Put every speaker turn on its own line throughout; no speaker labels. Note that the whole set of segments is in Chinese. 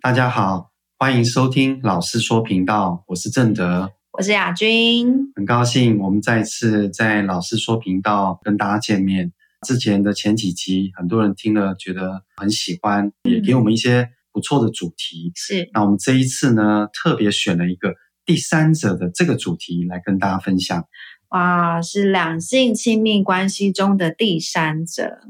大家好，欢迎收听老师说频道，我是正德。
我是雅君。
很高兴我们再次在老师说频道跟大家见面。之前的前几集，很多人听了觉得很喜欢，也给我们一些不错的主题。
是
那我们这一次呢，特别选了一个第三者的这个主题来跟大家分享。
哇，是两性亲密关系中的第三者。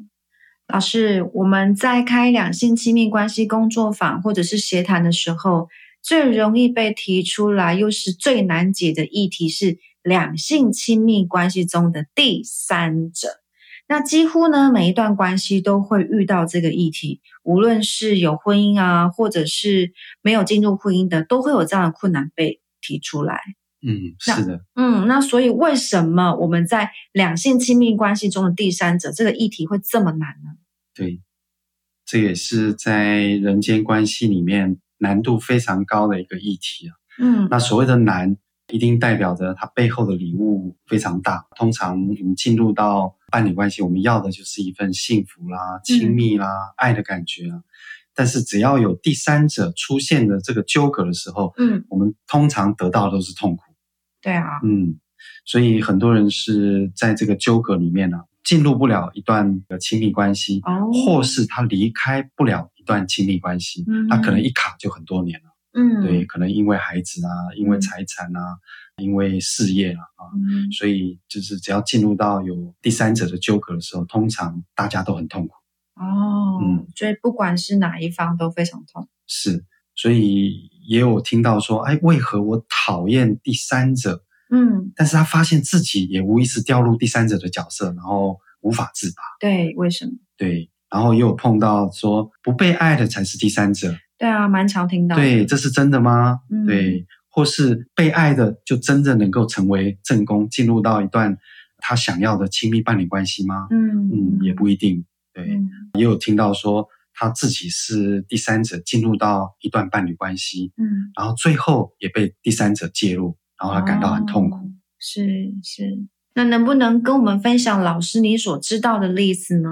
老师，我们在开两性亲密关系工作坊或者是协谈的时候，最容易被提出来又是最难解的议题是两性亲密关系中的第三者。那几乎呢，每一段关系都会遇到这个议题，无论是有婚姻啊，或者是没有进入婚姻的，都会有这样的困难被提出来。
嗯，
那
是的，
嗯，那所以为什么我们在两性亲密关系中的第三者这个议题会这么难呢？
对，这也是在人间关系里面难度非常高的一个议题啊。
嗯
那所谓的难，一定代表着它背后的礼物非常大。通常我们进入到伴侣关系，我们要的就是一份幸福啦、
嗯
亲密啦、爱的感觉啊。但是只要有第三者出现的这个纠葛的时候，
嗯，
我们通常得到的都是痛苦。
对啊，
嗯，所以很多人是在这个纠葛里面呢、啊进入不了一段的亲密关系，
哦，
或是他离开不了一段亲密关系，
嗯
他可能一卡就很多年了。
嗯，
对，，可能因为孩子啊，因为
嗯
财产啊，因为事业啊，啊
嗯，
所以就是只要进入到有第三者的纠葛的时候，通常大家都很痛苦。
哦，
嗯
所以不管是哪一方都非常痛，
是，所以也有听到说，哎，为何我讨厌第三者？
嗯，
但是他发现自己也无意识掉入第三者的角色，然后无法自拔。
对，为什么？
对，然后也有碰到说，不被爱的才是第三者。
对啊，蛮常听到，，
对，这是真的吗？
嗯
对，或是被爱的就真正能够成为正宫，进入到一段他想要的亲密伴侣关系吗？
嗯
嗯，也不一定。对，
嗯
也有听到说他自己是第三者，进入到一段伴侣关系，
嗯，
然后最后也被第三者介入，然后他感到很痛苦。
哦，是是。那能不能跟我们分享老师你所知道的例子呢？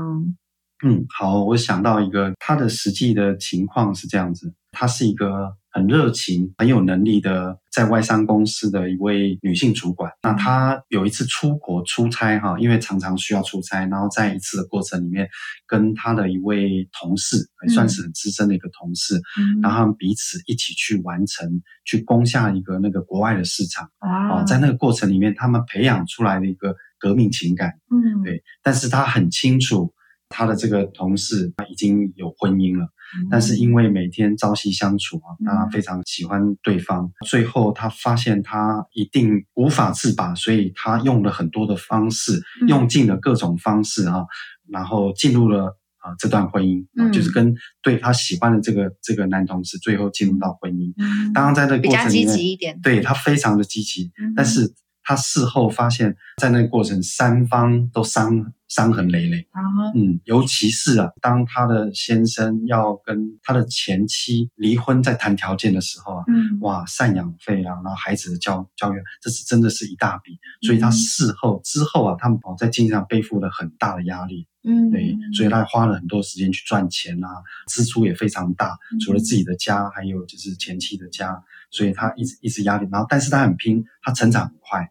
嗯，好，我想到一个他的实际的情况是这样子，她是一个很热情、很有能力的在外商公司的一位女性主管。那她有一次出国出差哈，因为常常需要出差，然后在一次的过程里面，跟她的一位同事，也算是很资深的一个同事，
嗯
然后他们彼此一起去完成，去攻下一个那个国外的市场
哇
哦，在那个过程里面，他们培养出来的一个革命情感。
嗯，
对但是他很清楚他的这个同事他已经有婚姻了，
嗯，
但是因为每天朝夕相处啊，
嗯
他非常喜欢对方，最后他发现他一定无法自拔，所以他用了很多的方式，
嗯
用尽了各种方式啊，然后进入了。啊，这段婚姻、啊
嗯
就是跟对他喜欢的这个这个男同事，最后进入到婚姻。
嗯
当然，在这个
比
过
较
程
积
里面，
极一点，
对他非常的积极，
嗯，
但是他事后发现，在那个过程，三方都伤伤痕累累。
然后
嗯，尤其是啊，当他的先生要跟他的前妻离婚，在谈条件的时候啊，
嗯，
哇，赡养费啊，然后孩子的教教育，啊这是真的是一大笔。所以他
嗯
事后之后啊，他们哦在经济上背负了很大的压力，
嗯，
对，所以他花了很多时间去赚钱啊，支出也非常大，
嗯
除了自己的家，还有就是前妻的家，所以他一直一直压力。然后，但是他很拼，他成长很快。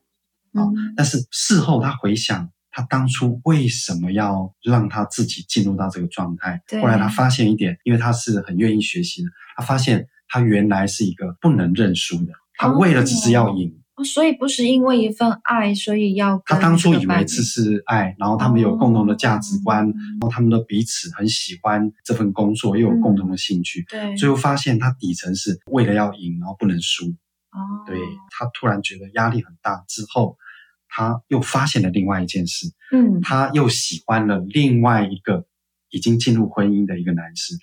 嗯
哦但是事后他回想，他当初为什么要让他自己进入到这个状态？
对
后来他发现一点，因为他是很愿意学习的，他发现他原来是一个不能认输的，他为了只是要赢。
哦所以不是因为一份爱，所以要
他
跟
当初
这个
以
伴
为
侣
这是爱，然后他们有共同的价值观，
哦
然后他们都彼此很喜欢这份工作，又
嗯
有共同的兴趣，
对，
最后发现他底层是为了要赢，然后不能输。
哦
对他突然觉得压力很大之后，他又发现了另外一件事，
嗯，
他又喜欢了另外一个已经进入婚姻的一个男士，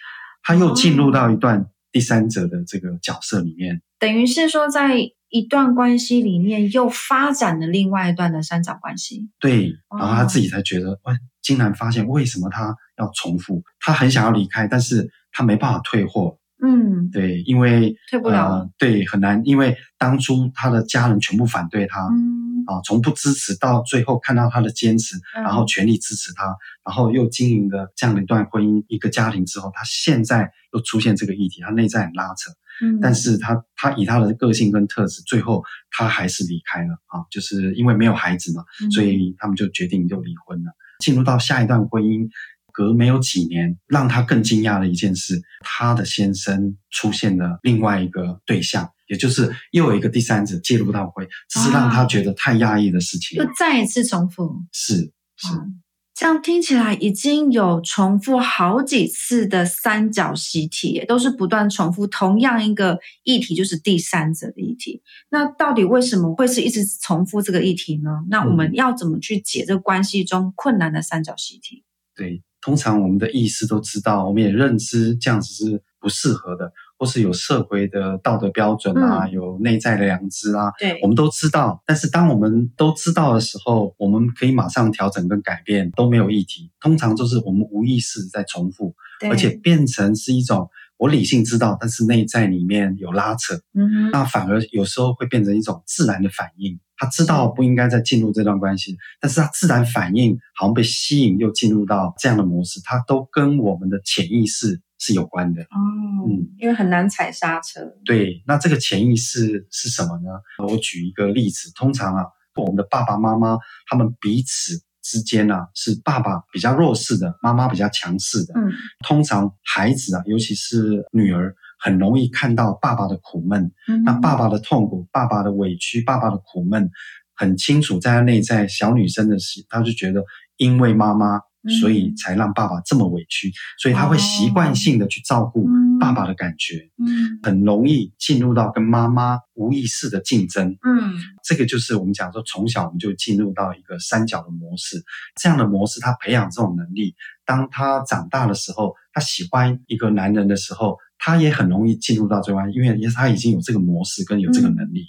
他又进入到一段第三者的这个角色里面。
等于是说在一段关系里面又发展了另外一段的三角关系，
对，
哦
然后他自己才觉得，哎，竟然发现为什么他要重复？他很想要离开，但是他没办法退货。
嗯，
对，因为
退不了了
呃，对，很难，因为当初他的家人全部反对他，
嗯，
啊，从不支持到最后看到他的坚持，
嗯
然后全力支持他，然后又经营了这样的一段婚姻、一个家庭之后，他现在又出现这个议题，他内在很拉扯，
嗯
但是他他以他的个性跟特质，最后他还是离开了啊，就是因为没有孩子嘛，
嗯
所以他们就决定就离婚了。进入到下一段婚姻，隔没有几年，让他更惊讶的一件事，他的先生出现了另外一个对象，也就是又有一个第三者介入到婚姻，这是
啊
让他觉得太压抑的事情
又。再一次重复。
是是，
嗯这样听起来已经有重复好几次的三角习题耶，都是不断重复同样一个议题，就是第三者的议题。那到底为什么会是一直重复这个议题呢？那我
嗯
们要怎么去解这关系中困难的三角习题？
对。通常我们的意识都知道，我们也认知这样子是不适合的，或是有社会的道德标准啊，
嗯
有内在的良知啊，
对
我们都知道，但是当我们都知道的时候，我们可以马上调整跟改变，都没有议题。通常就是我们无意识在重复，
对
而且变成是一种我理性知道，但是内在里面有拉扯，
嗯哼，
那反而有时候会变成一种自然的反应。他知道不应该再进入这段关系，但是他自然反应好像被吸引，又进入到这样的模式，它都跟我们的潜意识是有关的。
哦，
嗯
因为很难踩刹车，
对，那这个潜意识是什么呢？我举一个例子，通常啊，我们的爸爸妈妈他们彼此之间啊，是爸爸比较弱势的，妈妈比较强势的。
嗯，
通常孩子啊，尤其是女儿，很容易看到爸爸的苦闷，
嗯
那爸爸的痛苦、爸爸的委屈、爸爸的苦闷，很清楚在他内在小女生的心，她就觉得因为妈妈，
嗯
所以才让爸爸这么委屈，所以他会习惯性的去照顾
嗯
爸爸的感觉。
嗯
很容易进入到跟妈妈无意识的竞争。
嗯
这个就是我们讲说，从小我们就进入到一个三角的模式，这样的模式，他培养这种能力。当他长大的时候，他喜欢一个男人的时候，他也很容易进入到这关，因为因为他已经有这个模式跟有这个能力。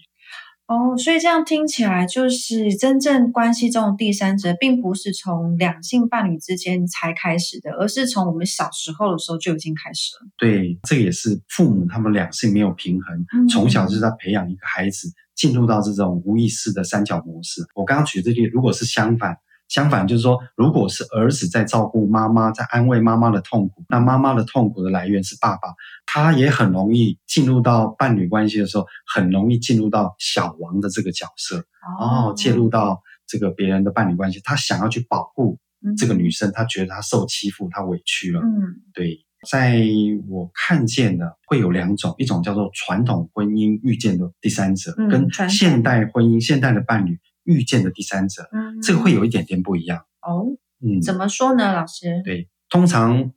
哦，所以这样听起来，就是真正关系中的第三者，并不是从两性伴侣之间才开始的，而是从我们小时候的时候就已经开始了。
对，这个也是父母他们两性没有平衡，
嗯
从小就是在培养一个孩子进入到这种无意识的三角模式。我刚刚举这个，如果是相反，相反就是说，如果是儿子在照顾妈妈，在安慰妈妈的痛苦，那妈妈的痛苦的来源是爸爸，他也很容易进入到伴侣关系的时候，很容易进入到小王的这个角色，然
哦
后哦介入到这个别人的伴侣关系，他想要去保护这个女生，他觉得她受欺负，她委屈了，
嗯
对，在我看见的会有两种，一种叫做传统婚姻遇见的第三者，
嗯传统
跟现代婚姻、现代的伴侣遇见的第三者，
嗯，
这个会有一点点不一样。
哦，
嗯，
怎么说呢，老师？
对，通常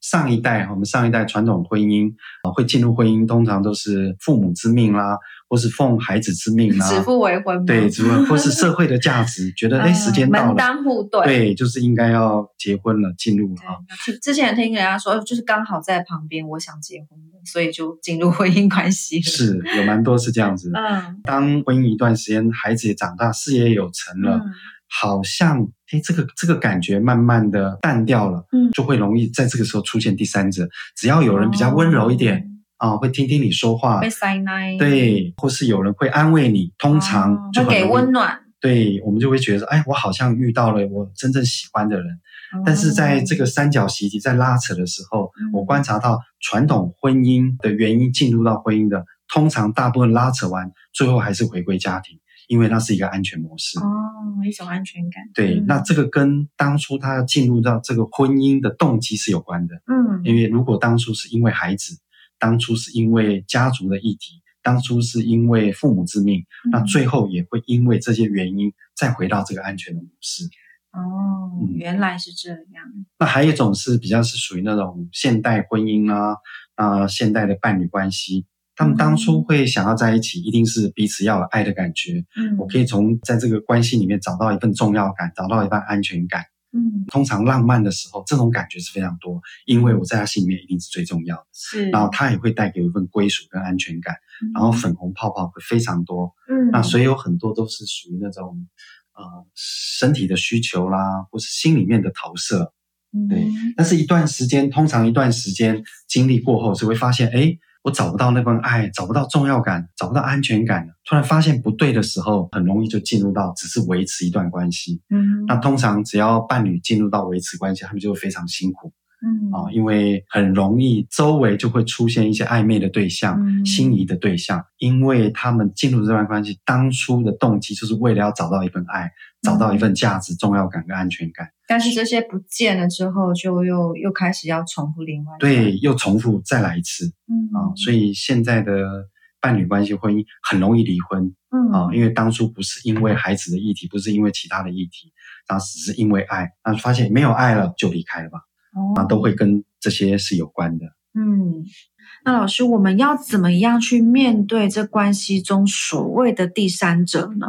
上一代我们上一代传统婚姻啊会进入婚姻，通常都是父母之命啦，或是奉孩子之命啦，
指腹为婚吗？
啊对，只 或是社会的价值，觉得哎时间
呃
到
门
了，
当户对。
对，就是应该要结婚了，进入了
对
啊。
之之前听人家说，哦就是刚好在旁边，我想结婚了，所以就进入婚姻关系了。，
是有蛮多是这样子，
嗯，
当婚姻一段时间，孩子也长大，事业也有成了，
嗯
好像哎，这个这个感觉慢慢的淡掉了，
嗯
就会容易在这个时候出现第三者。只要有人比较温柔一点、啊，会听听你说
哦，
话
被，塞奶，，哦
对，或是有人会安慰你，通常就很
会
容易、
给温暖，
对我们就会觉得说，哎，我好像遇到了我真正喜欢的人。
哦
但是在这个三角习题在拉扯的时候，
嗯
我观察到传统婚姻的原因进入到婚姻的，通常大部分拉扯完，最后还是回归家庭，因为它是一个安全模式。
哦，一种安全感。
对，
嗯
那这个跟当初他进入到这个婚姻的动机是有关的，
嗯，
因为如果当初是因为孩子，当初是因为家族的议题，当初是因为父母之命，那
嗯
最后也会因为这些原因再回到这个安全的模式。
哦，
嗯
原来是这样。
那还有一种是比较是属于那种现代婚姻啊，啊、现代的伴侣关系，他们当初会想要在一起，一定是彼此要有爱的感觉。
嗯，
我可以从在这个关系里面找到一份重要感，找到一份安全感。
嗯，
通常浪漫的时候，这种感觉是非常多，因为我在他心里面一定是最重要的。
是。
然后他也会带给我一份归属跟安全感，
嗯，
然后粉红泡泡会非常多，
嗯，
那所以有很多都是属于那种，呃，身体的需求啦，或是心里面的投射。
嗯
对但是一段时间，通常一段时间经历过后，是会发现，哎，我找不到那份爱，找不到重要感，找不到安全感，突然发现不对的时候，很容易就进入到只是维持一段关系。
嗯
那通常只要伴侣进入到维持关系，他们就会非常辛苦
嗯
啊、因为很容易周围就会出现一些暧昧的对象、
嗯
心仪的对象，因为他们进入这段关系当初的动机就是为了要找到一份爱，找到一份价值、重要感跟安全感。
但是这些不见了之后，就又又开始要重复另外一个
对，又重复再来一次
嗯
啊、所以现在的伴侣关系、婚姻很容易离婚。
嗯
啊、因为当初不是因为孩子的议题，不是因为其他的议题，那只是因为爱，那发现没有爱了就离开了吧，
哦
那都会跟这些是有关的。
嗯，那老师，我们要怎么样去面对这关系中所谓的第三者呢？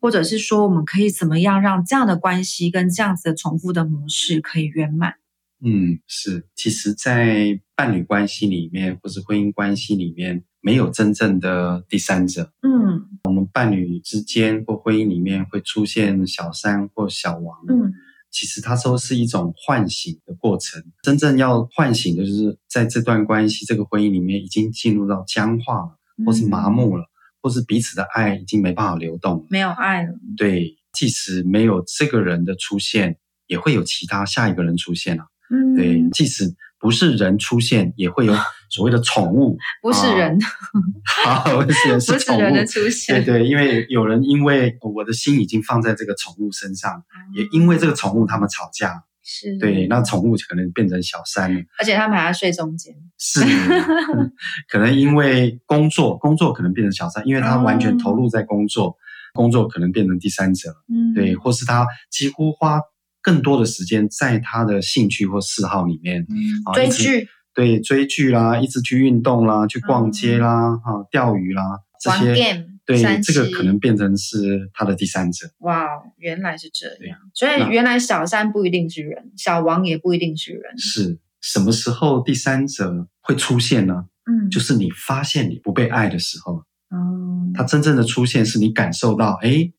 或者是说，我们可以怎么样让这样的关系跟这样子的重复的模式可以圆满？
嗯，是，其实，在伴侣关系里面，或是婚姻关系里面，没有真正的第三者。
嗯
我们伴侣之间或婚姻里面会出现小三或小王，
嗯
其实它都是一种唤醒的过程。真正要唤醒的，就是在这段关系、这个婚姻里面，已经进入到僵化了。或是麻
嗯
木了，或是彼此的爱已经没办法流动了。
没有爱了。
对，即使没有这个人的出现，也会有其他下一个人出现啊。
嗯，
对，即使不是人出现，也会 有所谓的宠物，
不是人，
啊，不是人
不
是
是
宠
人的
物。
出
对
现，
对，因为有人因为我的心已经放在这个宠物身上，
啊
也因为这个宠物他们吵架。
是
对，那宠物可能变成小三了。
而且他们还要睡中间，
是，嗯可能因为工作，工作可能变成小三，因为他完全投入在工作，工作可能变成第三者，
嗯，
对，或是他几乎花更多的时间在他的兴趣或嗜好里面，
嗯
啊
追
一直
剧、
对，追剧啦，一直去运动啦，去逛街啦，哈、钓鱼啦，这
嗯玩
些，
game，
对，
三
这个
C
可能变成是他的第三者，
哇，原来是这
对啊
样，所以
那
原来小三不一定是人，小王也不一定是人，
是什么时候第三者会出现呢？
嗯，
就是你发现你不被爱的时候。
哦，
它真正的出现是你感受到，哎，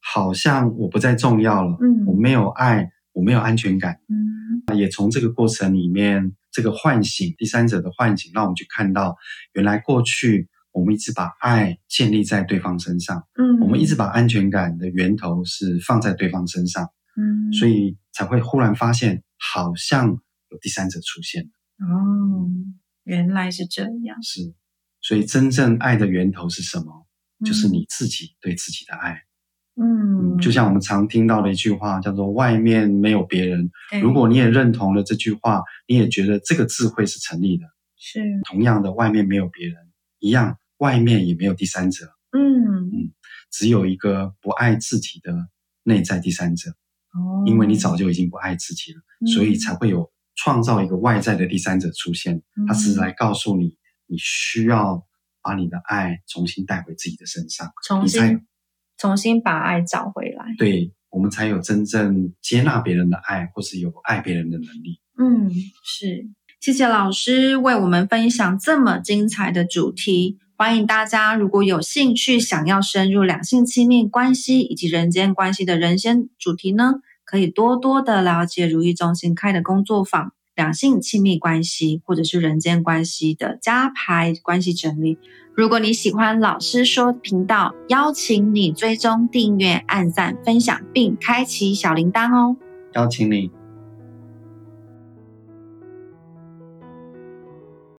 好像我不再重要了，
嗯
我没有爱，我没有安全感。
嗯
也从这个过程里面，这个唤醒第三者的唤醒，让我们去看到，原来过去我们一直把爱建立在对方身上，
嗯，
我们一直把安全感的源头是放在对方身上，
嗯，
所以才会忽然发现，好像有第三者出现，
哦，原来是这样，
是，所以真正爱的源头是什么？就是
嗯
你自己对自己的爱。嗯，
嗯，
就像我们常听到的一句话，叫做“外面没有别人”。
对
如果你也认同了这句话，你也觉得这个智慧是成立的。
是
同样的，外面没有别人，一样，外面也没有第三者，
嗯
只有一个不爱自己的内在第三者。
哦，
因为你早就已经不爱自己了，
嗯
所以才会有创造一个外在的第三者出现。
嗯
他只是来告诉你，你需要把你的爱重新带回自己的身上，
重
你才
新重新把爱找回来，
对我们才有真正接纳别人的爱，或是有爱别人的能力。
嗯，是，谢谢老师为我们分享这么精彩的主题。欢迎大家，如果有兴趣想要深入两性亲密关系以及人间关系的人间主题呢，可以多多的了解如意中心开的工作坊。两性亲密关系或者是人间关系的加牌关系整理。如果你喜欢老师说频道，邀请你追踪、订阅、按赞、分享，并开启小铃铛哦。
邀请你